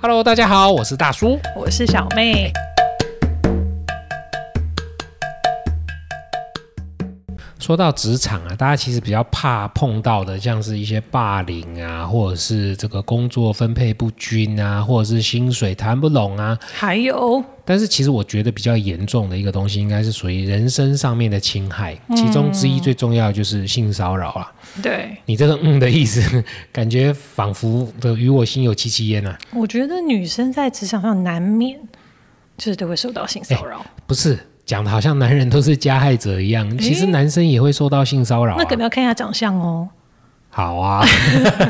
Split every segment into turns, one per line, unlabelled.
Hello，大家好，我是大叔。
我是小妹。
说到职场啊，大家其实比较怕碰到的，像是一些霸凌啊，或者是这个工作分配不均啊，或者是薪水谈不拢啊。
还有，
但是其实我觉得比较严重的一个东西，应该是属于人身上面的侵害，其中之一最重要的就是性骚扰啊。
对，
你这个“嗯”的意思，感觉仿佛的与我心有戚戚焉啊。
我觉得女生在职场上难免就是都会受到性骚扰，
不是讲的好像男人都是加害者一样，其实
诶
男生也会受到性骚扰、啊。
那可能要看一下长相哦。
好啊，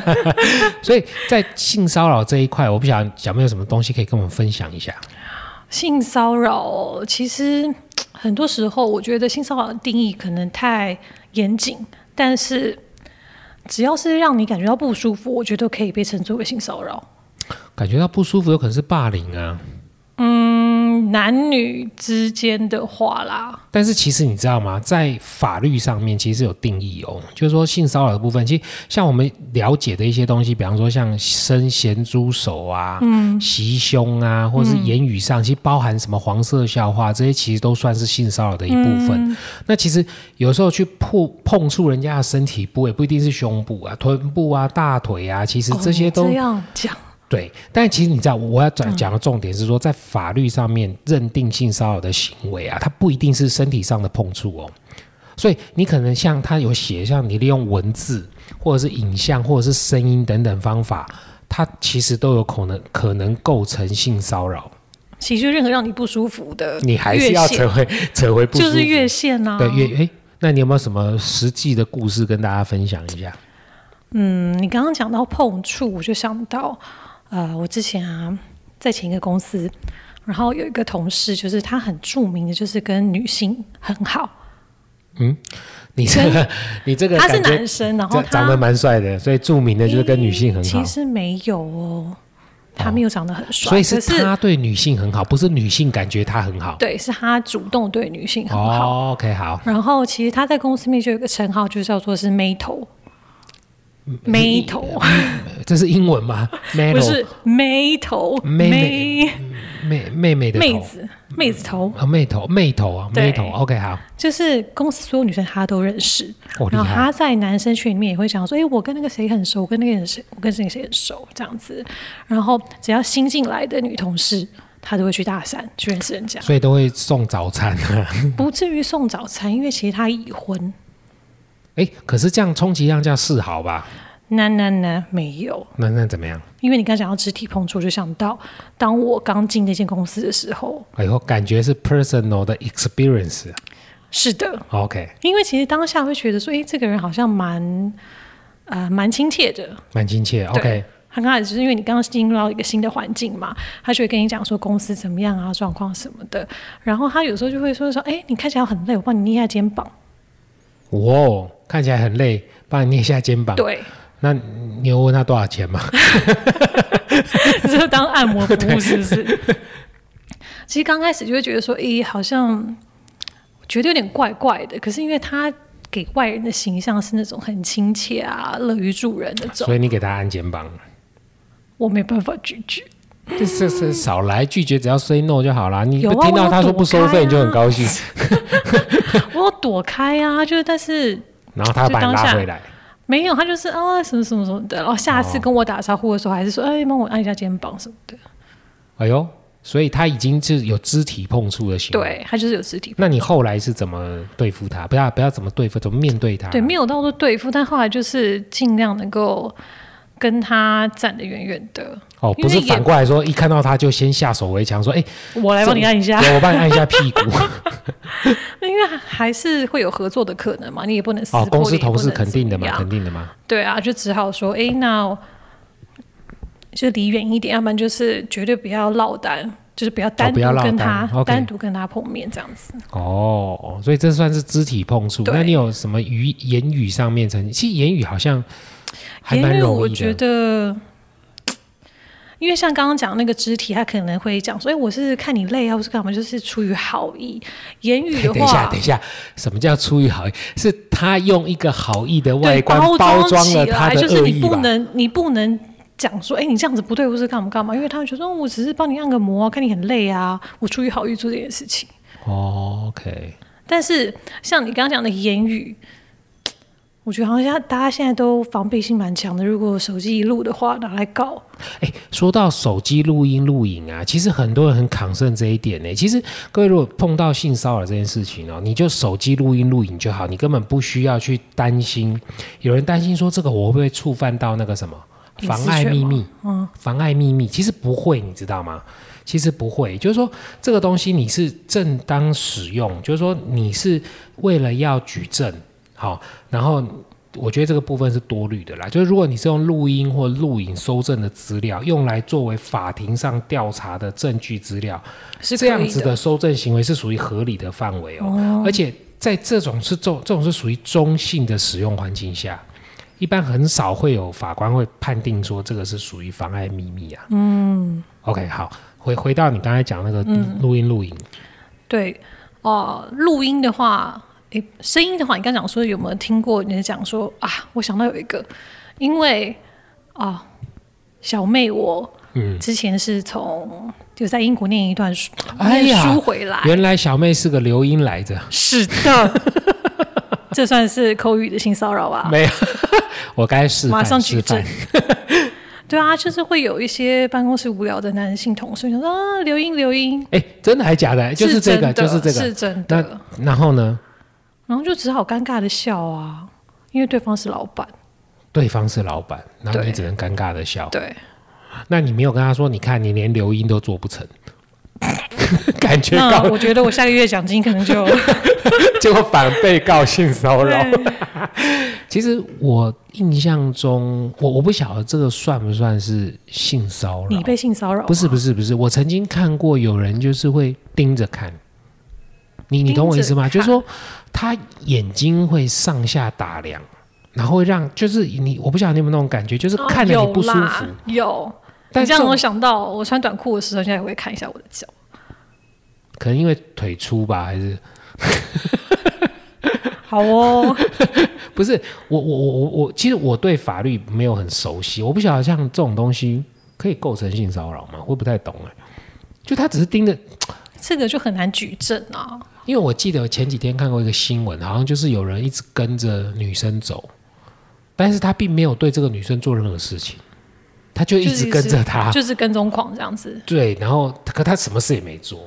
所以在性骚扰这一块，我不想小妹有什么东西可以跟我们分享一下？
性骚扰其实很多时候，我觉得性骚扰的定义可能太严谨，但是只要是让你感觉到不舒服，我觉得可以被称作为性骚扰。
感觉到不舒服，有可能是霸凌啊。
嗯，男女之间的话啦，
但是其实你知道吗，在法律上面其实有定义哦，就是说性骚扰的部分，其实像我们了解的一些东西，比方说像伸咸猪手啊、嗯、袭胸啊，或是言语上，其实包含什么黄色笑话这些，其实都算是性骚扰的一部分。那其实有时候去碰碰触人家的身体部位，不一定是胸部啊、臀部啊、大腿啊，其实这些都、
哦这样讲，
对，但其实你知道，我要
嗯
讲讲的重点是说，在法律上面认定性骚扰的行为啊，它不一定是身体上的碰触哦。所以你可能像他有写，像你利用文字或者是影像或者是声音等等方法，它其实都有可能可能构成性骚扰。
其实任何让你不舒服呃的越线，
你还是要扯回扯回不舒
就
服，
是越线啊。
对越哎，那你有没有什么实际的故事跟大家分享一下？
嗯，你刚刚讲到碰触，我就想到，呃，我之前啊，在前一个公司，然后有一个同事，就是他很著名的，就是跟女性很好，
你这个你这个
他是
感觉
男生，然后
长
他
长得蛮帅的，所以著名的就是跟女性很好。
其实没有哦，他没有长得很帅，
所以
可
是
是
他对女性很好，不是女性感觉他很好。
对，是他主动对女性很好。
哦，OK，好。
然后其实他在公司里面就有一个称号，就叫做是妹头，妹头
这是英文 吗？妹
不
头
是妹头，
妹妹
妹
妹妹妹的头
妹子妹子头，
啊，妹头妹头啊，
对
妹头。OK，好，
就是公司所有女生她都认识，
我厉
然后
害
她在男生群里面也会讲说，哎、我跟那个谁很熟，我跟那个人谁，我跟谁谁很熟这样子。然后只要新进来的女同事，她都会去大山去认识人家，
所以都会送早餐。
不至于送早餐，因为其实她已婚。
哎，可是这样充其量叫示好吧？
那那那没有，
那那怎么样？
因为你刚讲到肢体碰触，我就想到当我刚进那间公司的时候，
哎呦，感觉是 personal 的 experience。
是的，
OK，
因为其实当下会觉得说，哎、这个人好像蛮，呃，蛮亲切的，
蛮亲切。OK，
他刚开始就是因为你刚刚进入到一个新的环境嘛，他就会跟你讲说公司怎么样啊、状况什么的。然后他有时候就会说说，哎、你看起来很累，我帮你捏一下肩膀。
哇哦，看起来很累，帮你捏一下肩膀。
对，
那你有问他多少钱吗？
这是当按摩服务是不是？其实刚开始就会觉得说，咦、好像觉得有点怪怪的。可是因为他给外人的形象是那种很亲切啊、乐于助人那种，
所以你给他按肩膀。
我没办法拒绝。
这这这少来拒绝，只要 say no 就好啦。你
有啊
听到他说不收费，
我有躲开啊
你就很高兴，
我有躲开啊，就是但是
然后他把你拉回来。
没有，他就是啊什么什么什么的，然后下次跟我打招呼的时候，还是说哎帮我按一下肩膀什么的。
哎呦，所以他已经是有肢体碰触的行为。，
对他就是有肢体，
那你后来是怎么对付他？不要不要怎么对付，怎么面对他？
对没有到说对付，但后来就是尽量能够跟他站得远远的，
哦，
因
不
为
是
也
反过来说，一看到他就先下手为强，说 哎，
我来帮你按一下，
我帮你按一下屁股。
因为还是会有合作的可能嘛，你也不能撕破
哦，
脸
公司同事
也不能
肯定的
怎么
嘛，
样
肯定的嘛。
对啊，就只好说哎那就离远一点，要不然就是绝对不要落单。就是不要单
哦不
独
要落
跟他、
单，OK
单独跟他碰面这样子，
哦，所以这算是肢体碰触。
对
那你有什么语言语上面曾经？其实言语好像还
因
蛮
为我
容易的。
觉得，因为像刚刚讲那个肢体，他可能会讲说：“哎，我是看你累啊，我是干嘛？”就是出于好意。言语的
等一下，
话
等一，下，什么叫出于好意？是他用一个好意的外
对，
观
包
包
装
装
起
了他
来，哎
的
就是
恶
你
意
不
吧？
能，你不能讲说，哎、你这样子不对，或是干嘛干嘛，因为他们觉得、哦我只是帮你按个摩，看你很累啊，我出于好意做这件事情。
哦，OK，
但是像你刚刚讲的言语，我觉得好像现在大家现在都防备心蛮强的。如果手机一录的话，拿来搞，
哎，说到手机录音录影啊，其实很多人很抗胜这一点呢、其实各位如果碰到性骚扰这件事情哦，你就手机录音录影就好，你根本不需要去担心。有人担心说这个我会不会触犯到那个什么
隐
妨
私
碍
权
秘
吗
密？
嗯，
妨碍秘密，其实不会，你知道吗？其实不会，就是说这个东西你是正当使用，就是说你是为了要举证，好，然后我觉得这个部分是多虑的啦。就是如果你是用录音或录影收证的资料，用来作为法庭上调查的证据资料，
是
这样
可以
子的收证行为是属于合理的范围哦，而且在这种是中这种是属于中性的使用环境下，一般很少会有法官会判定说这个是属于妨碍秘密啊。嗯，OK，好，回回到你刚才讲那个
嗯
录音录影，
对，哦、录音的话，诶，声音的话，你刚讲说有没有听过？你讲说啊，我想到有一个，因为啊、小妹我
嗯，
之前是从就在英国念一段书，
哎
念
呀
书回来，
原来小妹是个留音来着，
是的， 这算是口语的性骚扰吧？
没有， 我该示
马
范
上举
示
证
范，
对啊，就是会有一些办公室无聊的男性同事，你说啊，留音留音，
哎，真的还假的？就是这个，
真
就
的
是这
是
个。
真
那
的，
然后呢？
然后就只好尴尬的笑啊，因为对方是老板，
对方是老板，然后你
对
只能尴尬的笑。
对，
那你没有跟他说，你看你连留音都做不 成，感觉
那
告，
我觉得我下个月奖金可能 就
结果反被告性骚扰。
对
其实我印象中，我我不晓得这个算不算是性骚扰
你。被性骚扰，
不是不是不是，我曾经看过有人就是会盯着看，你你懂我意思吗？
盯着看
就是说他眼睛会上下打量，然后会让就是你我不晓得你有没有那种感觉，就是
哦
看着你不舒
有
服
啦。有。
但
你这样
这种
我想到，我穿短裤的时候，人家也会看一下我的脚。
可能因为腿粗吧，还是
好哦，
不是我我我我我，其实我对法律没有很熟悉，我不晓得像这种东西可以构成性骚扰吗？我不太懂哎、就他只是盯着，
这个就很难举证啊。
因为我记得我前几天看过一个新闻，好像就是有人一直跟着女生走，但是他并没有对这个女生做任何事情，他就一直跟着她，
就是跟踪狂这样子。
对，然后可他什么事也没做。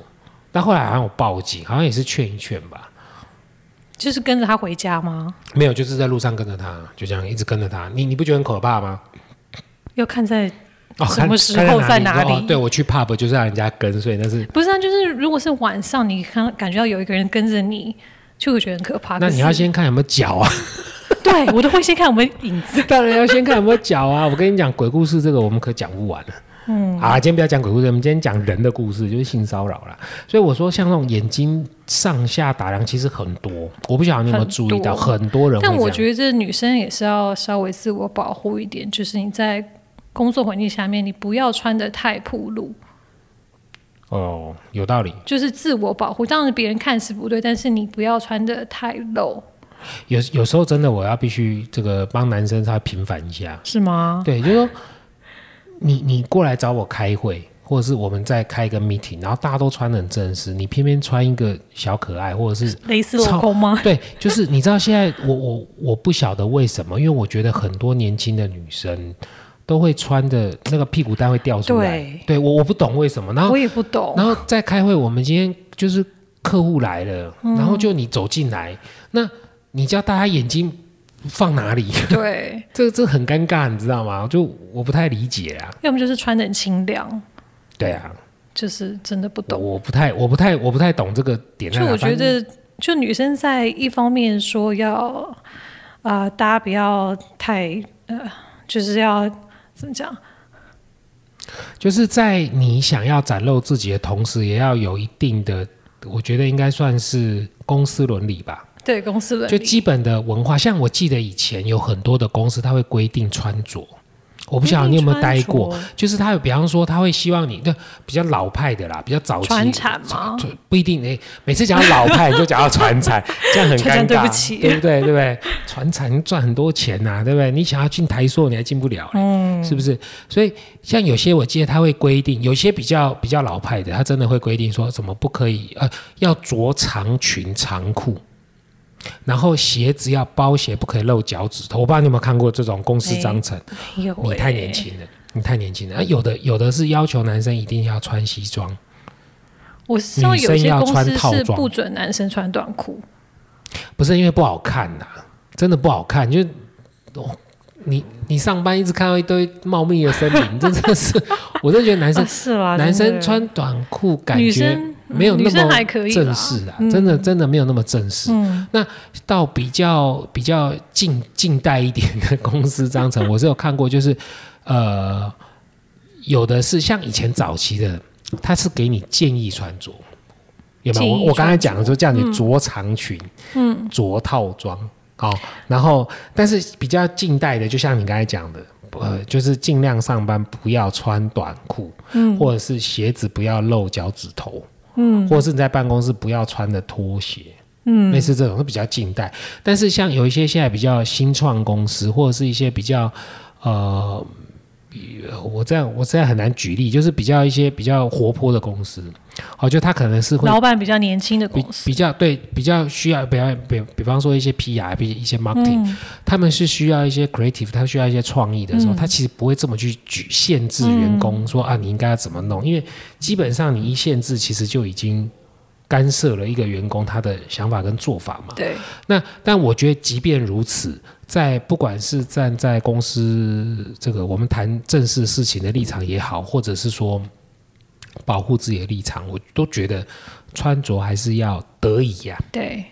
但后来好像有报警，好像也是劝一劝吧，
就是跟着他回家吗？
没有，就是在路上跟着他，就这样一直跟着他。你你不觉得很可怕吗？
要看在
哦，
什
看
么时
看
候在哪
你说哦
里
对我去 pub 就是让人家跟，所以那是
不是啊，就是如果是晚上，你看感觉到有一个人跟着你，就会觉得很可怕。
啊那
可是
你要先看有没有脚啊，
对 我都会先看我们影子。
当然要先看有没有脚啊。我跟你讲，鬼故事这个我们可讲不完了。嗯，啊，今天不要讲鬼故事，我们今天讲人的故事，就是性骚扰啦。所以我说，像那种眼睛上下打量，其实很多，我不晓得你有没有注意到，
很
很多人会
但我
这样。
觉得这女生也是要稍微自我保护一点，就是你在工作环境下面，你不要穿的太暴露，
哦，有道理。
就是自我保护。当然别人看是不对，但是你不要穿的太露，
有有时候真的，我要必须这个帮男生稍微平反一下。
是吗？
对，就是说你你过来找我开会，或者是我们在开一个 meeting，然后大家都穿的很正式，你偏偏穿一个小可爱，或者是
蕾丝镂空吗？
对，就是你知道现在我我我不晓得为什么，因为我觉得很多年轻的女生都会穿的那个屁股蛋会掉出来，
对，
对我我不懂为什么，然后
我也不懂。
然后在开会，我们今天就是客户来了，
嗯
然后就你走进来，那你叫大家眼睛放哪里？
对，
这这很尴尬，你知道吗？就我不太理解啊。
要么就是穿的很清凉，
对啊，
就是真的不
我
懂。
我不太我不太我不太懂这个点在
就
哪。
我觉
反正
得，就女生在一方面说要，啊、大家不要太呃，就是要怎么讲？
就是在你想要展露自己的同时，也要有一定的，我觉得应该算是公司伦理吧，
对公司伦
就
理，
基本的文化。像我记得以前有很多的公司，它会规定穿着。我不晓得你有没有待过
一定穿着，
就是他有，比方说他会希望你，对，比较老派的啦，比较早期
传产吗？
就不一定诶、每次讲到老派你就讲到传 产，这样很尴
传产
尬，
对不起
对不对？对不对？传产赚很多钱呐、对不对？你想要进台塑，你还进不了、
嗯，
是不是？所以像有些我记得他会规定，有些比较比较老派的，他真的会规定说什么不可以呃要着长裙长裤，然后鞋子要包鞋，不可以露脚趾头。我不知道你有没有看过这种公司章程，
没有、欸，
你太年。轻了。你太年轻了，啊、有的有的是要求男生一定要穿西装，
我是知道有些
女生要
公
穿
司
套
是
装
不准男生穿短裤，
不是因为不好看呐、真的不好看，就、哦你你上班一直看到一堆茂密的森林，真的是， 我真的觉得男生
啊、是啦，
男
真
生
的
穿短裤感
女
觉
生
没有
嗯
那
女生还
么
可以啦
正式啊，
嗯
真的真的没有那么正式。
嗯
到比较比较近近代一点的公司章程，我是有看过，就是呃，有的是像以前早期的，他是给你建议穿着，有没有？
建议
我我刚才
穿着
讲的时候叫你着长裙，
嗯，
着套装哦，然后但是比较近代的，就像你刚才讲的，呃，就是尽量上班不要穿短裤，
嗯
或者是鞋子不要露脚趾头，
嗯
或者是你在办公室不要穿的拖鞋，
嗯
类似这种是比较近代。但是像有一些现在比较新创公司，或者是一些比较呃。我这样，我这样很难举例，就是比较一些比较活泼的公司，哦，就他可能是会
老板比较年轻的
比
公司，
比较对比较需要，比方比比方说一些 PR，比一些 marketing，、
嗯
他们是需要一些 creative，他需要一些创意的时候，
嗯
他其实不会这么去局限制员工说、啊，你应该要怎么弄，因为基本上你一限制，其实就已经干涉了一个员工他的想法跟做法嘛。
对，
那但我觉得，即便如此，在不管是站在公司这个我们谈正式事情的立场也好，或者是说保护自己的立场，我都觉得穿着还是要得宜呀、
对，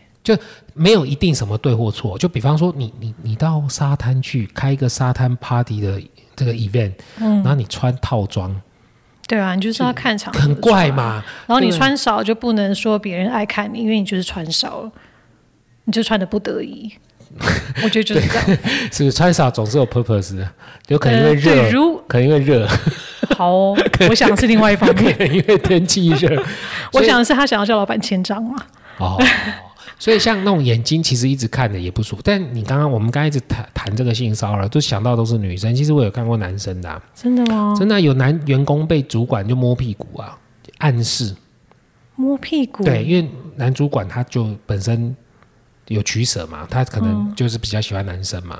没有一定什么对或错。就比方说你，你你到沙滩去开一个沙滩 party 的这个 event，、然
嗯
后你穿套装，
对啊，你就是要看场合
很怪
穿？
嘛。
然后你
对
穿少就不能说别人爱看你，因为你就是穿少了，你就穿的不得已。 我觉得就是这样，
是不是穿少总是有 purpose，的有可能因为
呃，
热，
对，如
可能因为热，
好哦，我想的是另外一方
可
面，
能因为天气热。
我
所以
想的是他想要叫老板签章嘛，
哦，所以像那种眼睛其实一直看的也不舒服。但你刚刚我们刚刚一直谈谈这个性骚扰，就想到都是女生。其实我有看过男生的、啊，
真的吗？
真的啊、有男员工被主管就摸屁股啊，暗示。
摸屁股，
对，因为男主管他就本身有取舍嘛，他可能就是比较喜欢男生嘛。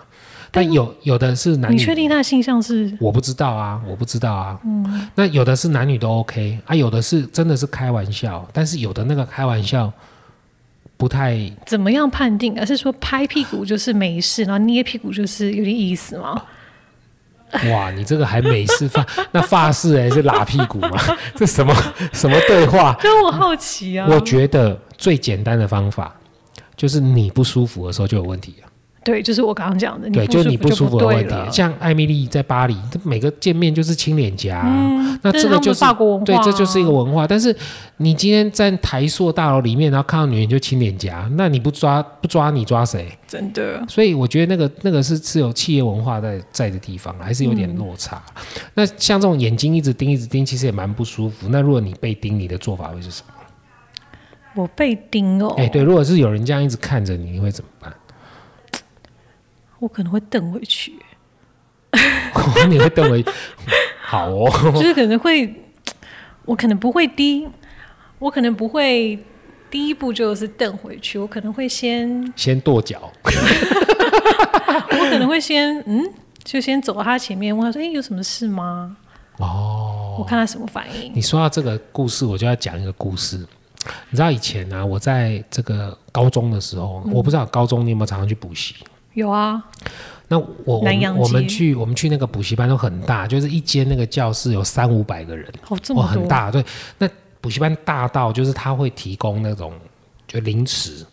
但有有的是男
哦你
女
确定他的性向是？
我不知道啊，我不知道啊。嗯，那有的是男女都 OK 啊，有的是真的是开玩笑，但是有的那个开玩笑不太
怎么样判定？而是说拍屁股就是没事，然后捏屁股就是有点意思吗？
哇，你这个还美式发那发式哎、是拉屁股吗？这什么什么对话？
对，我好奇啊。
我觉得最简单的方法就是你不舒服的时候就有问题了。
对，就是我刚刚讲的，
对，
不舒
是你
服
不舒服的
对
问题
了。。
像艾米丽在巴黎，这每个见面就是亲脸颊、啊
嗯，
那
这
这个
他们
就是
法国文化、啊
对，这就是一个。文化。但是你今天在台塑大楼里面，然后看到女人就亲脸颊，那你不抓不抓你抓谁？
真的，
所以我觉得那个那个是是有企业文化在在的地方，还是有点
嗯
落差。那像这种眼睛一直盯一直盯，其实也蛮不舒服。那如果你被盯，你的做法会是什么？
我被盯哦，
哎、对，如果是有人这样一直看着你，你会怎么办？
我可能会瞪回去，
你会瞪回？好哦，
就是可能会，我可能不会低，我可能不会第一步就是瞪回去，我可能 会先，
先跺脚。
我可能会先，嗯，就先走到他前面，问他说：“哎、有什么事吗？”
哦，
我看他什么反应。
你说到这个故事，我就要讲一个故事。你知道以前啊，我在这个高中的时
嗯
候，我不知道高中你有没有常常去补习。
有啊，
那我我
南
们
洋
我们
街
去我们去那个补习班都很大，就是一间那个教室有三五百个人。
哦，这
哇，
么多，
很大，对。那补习班大到就是他会提供那种就零食，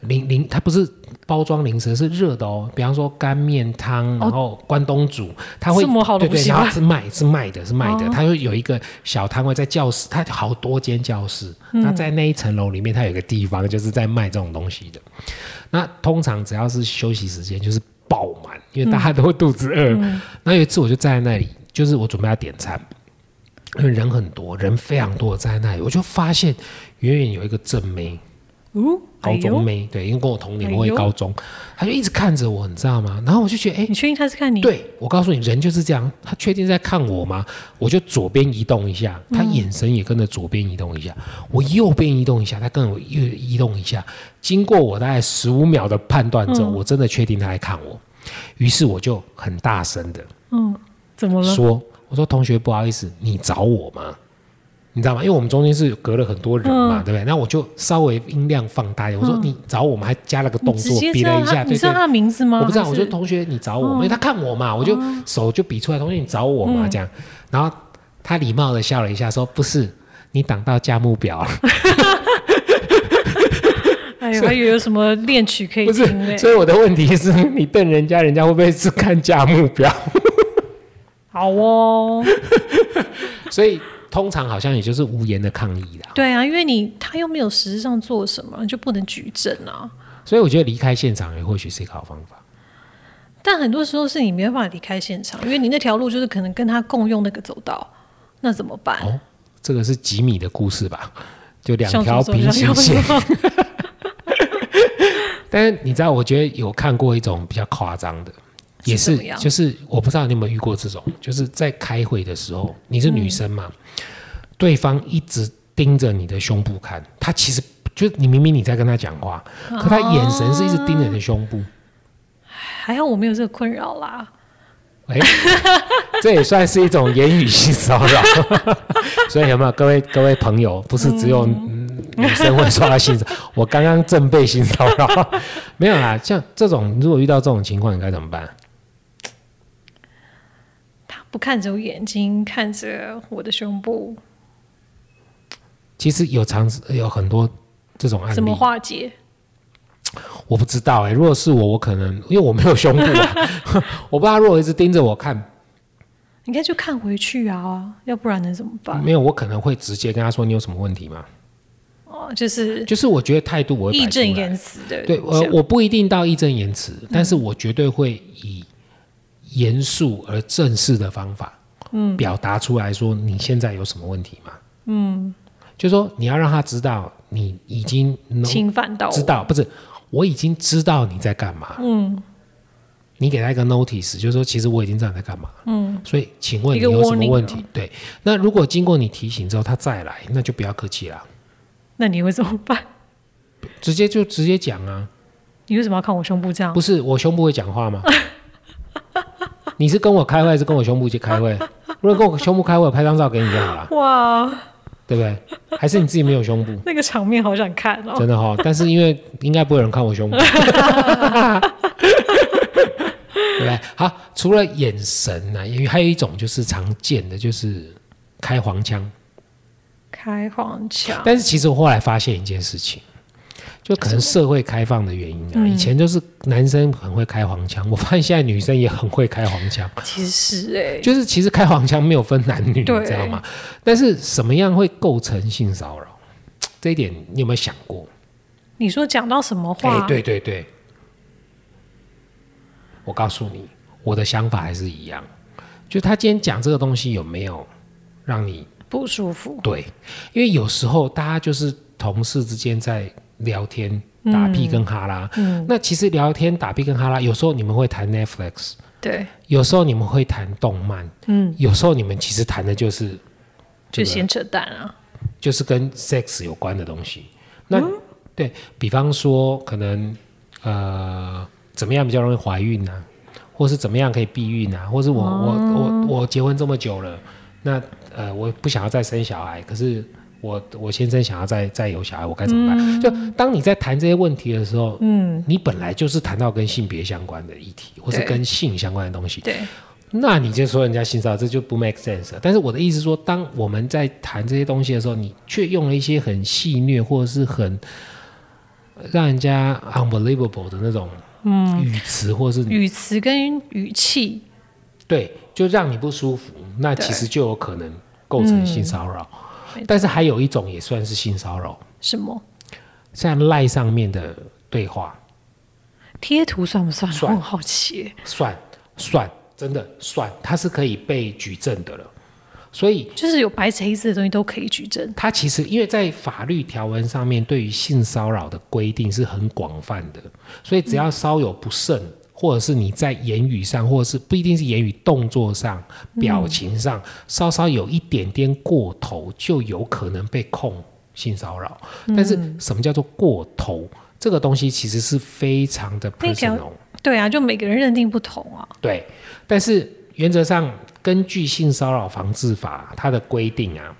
零零，它不是包装零食，是热的哦。比方说干面汤，然后关东煮，他会
哦这么好
对
的
对，
补习班
然后是卖是卖的是卖的，
哦
他会有一个小摊位在教室，它好多间教室，
嗯
那在那一层楼里面，它有一个地方就是在卖这种东西的。那通常只要是休息时间，就是。爆满，因为大家都肚子饿。
嗯
那有一次我就站在那里，就是我准备要点餐，因为人很多，人非常多，站在那里我就发现远远有一个正妹，
哦，哎
高中
呦，
妹，对，因为跟我同年，
哎呦
我也高中，她就一直看着我，你知道吗？然后我就觉得，哎、
你确定他是看你？，
对，我告诉你，人就是这样。他确定在看我吗？我就左边移动一下，他
嗯
眼神也跟着左边移动一下；我右边移动一下，他跟着我又移动一下。经过我大概十五秒的判断之后，
嗯
我真的确定他在看我。于是我就很大声的
嗯，怎么了？
说：“我说同学，不好意思，你找我吗？”你知道吗？因为我们中间是隔了很多人嘛，
嗯
对不对？那我就稍微音量放大一点，我说你找我们，还加了个动
你直
作，
接
比
知
了
道
一
他，
下，
你
对
知道
对
他。的名字吗？
我不知道，
还
我
是嗯哦
说同学你找我，因为他看我嘛，我就手就比出来，同学你找我嘛这样，然后他礼貌的笑了一下，说不是，你挡到价目表了，
哎呦，还以为有什么恋曲可以
不
听
是，
嘞？
所以我的问题是你瞪人家，人家会不会是看价目表？
好哦，
所以通常好像也就是无言的抗议啦。
对啊，因为你他又没有实质上做什么，你就不能举证啊。
所以我觉得离开现场也或许是一个好方法。
但很多时候是你没有办法离开现场，因为你那条路就是可能跟他共用那个走道，那怎么办？
哦，这个是吉米的故事吧？就两
向
条
左走
平行
向
线
右。走
但是你知道，我觉得有看过一种比较夸张的，也
是怎
是
么样
就是我不知道你有没有遇过这种，就是在开会的时候，你是女生嘛，对方一直盯着你的胸部看，他其实就你明明你在跟他讲话，可他眼神是一直盯着你的胸部，
还好我没有这个困扰啦。
哎、 这也算是一种言语性骚扰。 所以有没有各位各位朋友，不是只有、嗯女生会受到性骚扰，我刚刚正被性骚扰， 没有啦。像这种如果遇到这种情况，你该怎么办？
他不看着我眼睛，看着我的胸部，
其实有尝试有很多这种案
怎么
例，
化解？
我不知道哎、如果是我，我可能因为我没有胸部、啊， 我不知道如果一直盯着我看，
你应该就看回去啊，要不然能怎么办？
没有，我可能会直接跟他说你有什么问题吗？
哦，就是
就是我觉得态度我会摆
义
出来
正言辞的。
对，我
这样
我不一定到义正言辞，但是我绝对会以严肃而正式的方法，嗯，表达出来说你现在有什么问题吗？嗯，就说你要让他知道你已经能
侵犯到我
知道，不是我已经知道你在干嘛。嗯，你给他一个 notice，就是说其实我已经知道你在干嘛。嗯，所以请问你
一个
有什么
warning
问题？对，那如果经过你提醒之后他再来，那就不要客气啦，
那你会怎么办？
直接就直接讲啊。
你为什么要看我胸部这样
不？是我胸部会讲话吗？ 你是跟我开会还是跟我胸部去开会？如果跟我胸部开会，我拍张照给你就好了，
哇，
对不对？还是你自己没有胸部？
那个场面好想看哦！
真的哈、但是因为应该不会有人看我胸部， 对不对？好，除了眼神呢、啊，因为还有一种就是常见的，就是开黄腔。
开黄腔，
但是其实我后来发现一件事情，就可能社会开放的原因啊，以前就是男生很会开黄腔，我发现现在女生也很会开黄腔。
其实哎、
就是其实开黄腔没有分男女，你
对
知道吗？但是什么样会构成性骚扰？这一点你有没有想过？哎
你说讲到什么话？
对对对，我告诉你，我的想法还是一样，就他今天讲这个东西有没有让你
不舒服。
对？因为有时候大家就是同事之间在聊天。打屁跟哈拉，
嗯
那其实聊天打屁跟哈拉，有时候你们会谈 Netflix，
对，
有时候你们会谈动漫，
嗯，
有时候你们其实谈的就是
就
这个
闲扯淡啊。
就是跟 sex 有关的东西。那、对比方说，可能呃，怎么样比较容易怀孕呢、啊或是怎么样可以避孕啊？或是我、我我我结婚这么久了，那呃，我不想要再生小孩，可是我我先生想要再再有小孩，我该怎么办？就当你在谈这些问题的时候，嗯，你本来就是谈到跟性别相关的议题，或是
对
跟性相关的东西，
对，
那你就说人家性骚扰，这就不 make sense 了。但是我的意思是说，当我们在谈这些东西的时候，你却用了一些很戏谑或者是很呃让人家 unbelievable 的那种语词，或是
语词跟语气，
对，就让你不舒服，那
对
其实就有可能构成性骚扰。但是还有一种也算是性骚扰，
什么？
像赖上面的对话，
贴图算不算？我
算
很好奇耶，
算算，真的算，它是可以被举证的了。所以
就是有白纸黑字的东西都可以举证。
它其实因为在法律条文上面，对于性骚扰的规定是很广泛的，所以只要稍有不慎，或者是你在言语上，或者是不一定是言语，动作上、表情上，稍稍有一点点过头，就有可能被控性骚扰。但是什么叫做过头？这个东西其实是非常的
那个
personal。
对啊，就每个人认定不同啊。
对，但是原则上，根据性骚扰防治法它的规定啊，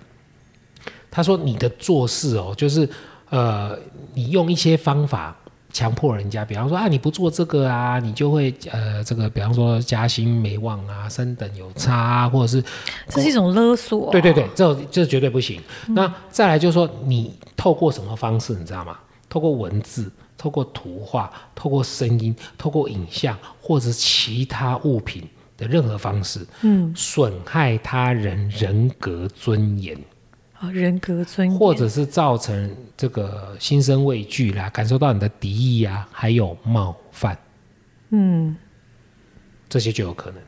他说你的做事哦，就是呃，你用一些方法强迫人家，比方说啊，你不做这个啊，你就会呃，这个比方说加薪没望啊，升等有差啊，或者是
这是一种勒索、啊
对对，对，这这绝对不行。
嗯
那再来就是说，你透过什么方式，你知道吗？透过文字，透过图画，透过声音，透过影像或者其他物品的任何方式，
嗯，
损害他人人格尊严，
啊，人格尊严，
或者是造成这个心生畏惧啦，感受到你的敌意啊，还有冒犯，
嗯，
这些就有可能。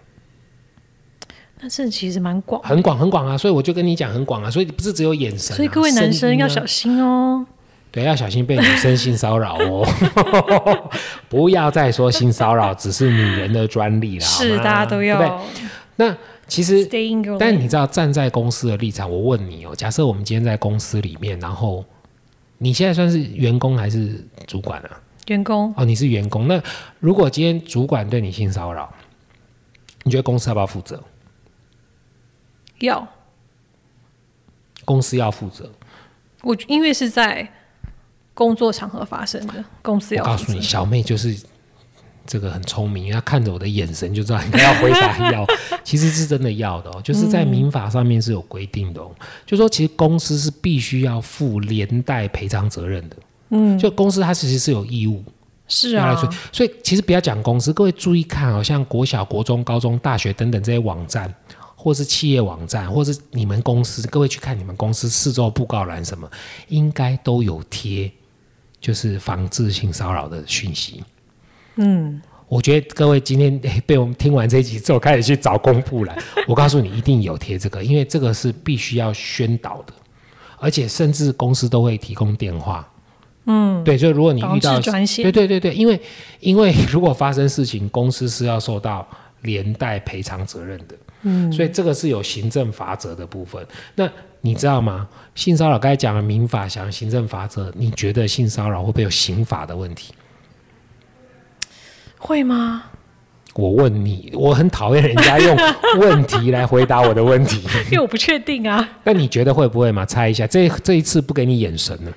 那这其实蛮广，
很广很广啊，所以我就跟你讲很广啊，所以不是只有眼神啊、
所以各位男
声
生
音啊
要小心哦。
对，要小心被女生性骚扰哦！ 不要再说性骚扰只是女人的专利啦，
是，
好吗
大家都
对啊不对
要
那其实，
stay in your lane。
但你知道，站在公司的立场，我问你哦，假设我们今天在公司里面，然后你现在算是员工还是主管啊？
员工
哦，你是员工。那如果今天主管对你性骚扰，你觉得公司要不要负责？
要
公司要负责。
我，因为是在工作场合发生的，公司
我
要
告
负
诉
责
你，小妹就是这个很聪明，因为她看着我的眼神就知道应该要回答要，其实是真的要的哦，就是在民法上面是有规定的哦，就说其实公司是必须要负连带赔偿责任的。嗯，就公司它其实是有义务
是
要
啊
来，追，所以其实不要讲公司，各位注意看哦，像国小、国中、高中、大学等等这些网站，或是企业网站，或是你们公司，各位去看你们公司四周布告栏什么，应该都有贴，就是防治性骚扰的讯息。
嗯，
我觉得各位今天、诶被我们 听完这一集之后，开始去找公布了。我告诉你，一定有贴这个，因为这个是必须要宣导的，而且甚至公司都会提供电话。嗯，对，所以如果你遇
防
到
治专线
对对对对，因为因为如果发生事情，公司是要受到连带赔偿责任的。嗯，所以这个是有行政法则的部分。那你知道吗？性骚扰刚才讲了民法，讲了行政法则，你觉得性骚扰会不会有刑法的问题？
会吗？
我问你，我很讨厌人家用问题来回答我的问题。
因为我不确定啊，
那你觉得会不会嘛？猜一下，这这一次不给你眼神了。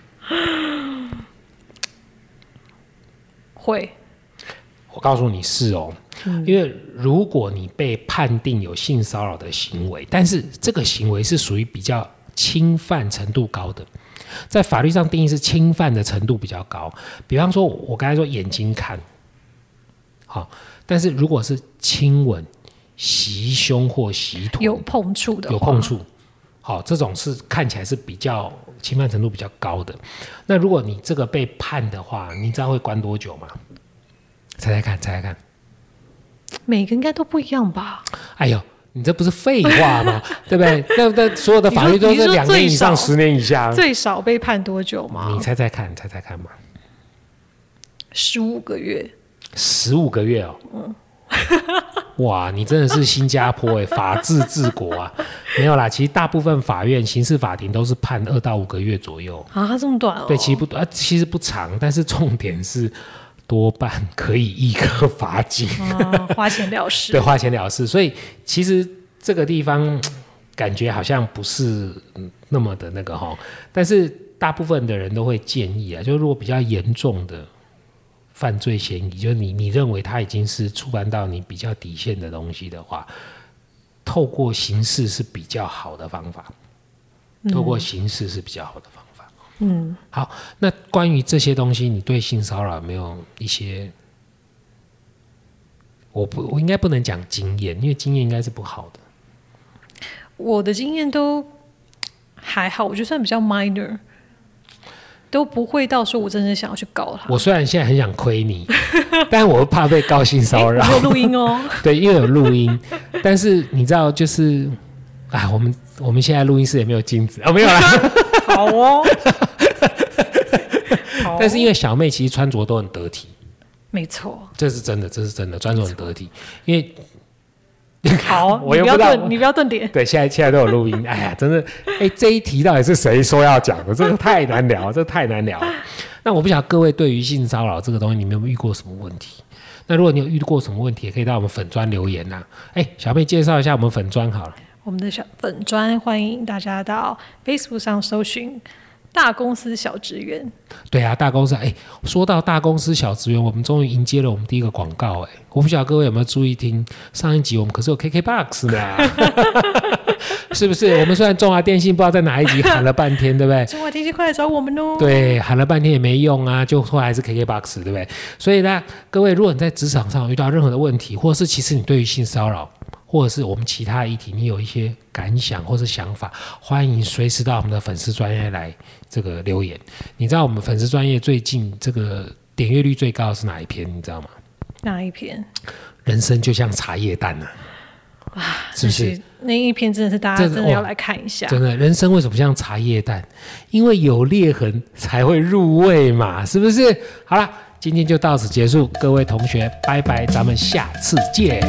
会
我告诉你是哦，因为如果你被判定有性骚扰的行为，但是这个行为是属于比较侵犯程度高的，在法律上定义是侵犯的程度比较高。比方说，我刚才说眼睛看，好，但是如果是亲吻、袭胸或袭臀，
有碰触的话，
有碰触，好、这种是看起来是比较侵犯程度比较高的。那如果你这个被判的话，你知道会关多久吗？猜猜看，猜猜看。
每个应该都不一样吧？
哎呦，你这不是废话 吗？对不对？那那所有的法律都
你说
是
你说
两年以上、
最少
十年以下。
最少被判多久吗
你？猜猜看，猜猜看嘛，
十五个月，
十五个月哦。
嗯
哇，你真的是新加坡哎，法治治国啊！没有啦，其实大部分法院、刑事法庭都是判二到五个月左右。
啊，这么短哦？
对，其实不短、啊，其实不长，但是重点是多半可以一颗罚金，
啊，花钱了
对，
事。
花钱了事。所以其实这个地方感觉好像不是嗯那么的那个哈，但是大部分的人都会建议啊，就是如果比较严重的。犯罪嫌疑，就是你你认为他已经是触犯到你比较底线的东西的话，透过刑事是比较好的方法，透过刑事是比较好的方法。
嗯，
好，那关于这些东西，你对性骚扰有没有一些？我不，我应该不能讲经验，因为经验应该是不好的。
我的经验都还好，我就算比较 minor，都不会到说我真的想要去告他。
我虽然现在很想亏你，但我怕被告性骚扰
诶。我有录 音哦，
对，因为有录音，但是你知道，就是啊，我们我们现在录音室也没有镜子啊、没有啦。
好 哦。好哦
但是因为小妹其实穿着都很得体，
没错，
这是真的，这是真的，穿着很得体。因为
好，
我又
你不要
不知道
顿，你不要顿点。
对，现在现在都有录音。哎呀，真的，哎，这一题到底是谁说要讲的？这个太难聊， 这个太难聊了。那我不晓得各位对于性骚扰这个东西，你们有没有遇过什么问题？那如果你有遇过什么问题，也可以到我们粉砖留言呐、哎、小妹介绍一下我们粉砖好了。
我们的小粉砖欢迎大家到 Facebook 上搜寻“大公司小职员
对啊，大公司哎、说到大公司小职员，我们终于迎接了我们第一个广告哎、我不晓得各位有没有注意听上一集，我们可是有 KKBOX 的， 是不是？我们虽然中华电信不知道在哪一集喊了半天，对不对”，？
中华电信快来找我们哦。
对，喊了半天也没用啊，就后来还是 KKBOX，对不对？所以呢，各位，如果你在职场上遇到任何的问题，或者是其实你对于性骚扰，或者是我们其他议题，你有一些感想或是想法，欢迎随时到我们的粉丝专业来这个留言。你知道我们粉丝专业最近这个点阅率最高的是哪一篇？你知道吗？
那一篇？
人生就像茶叶蛋啊，是不是？？哦
那一篇真的是大家
这是
真的要
哇
来看一下。
真的，人生为什么像茶叶蛋？因为有裂痕才会入味嘛，是不是？好啦，今天就到此结束，各位同学，拜拜，咱们下次见。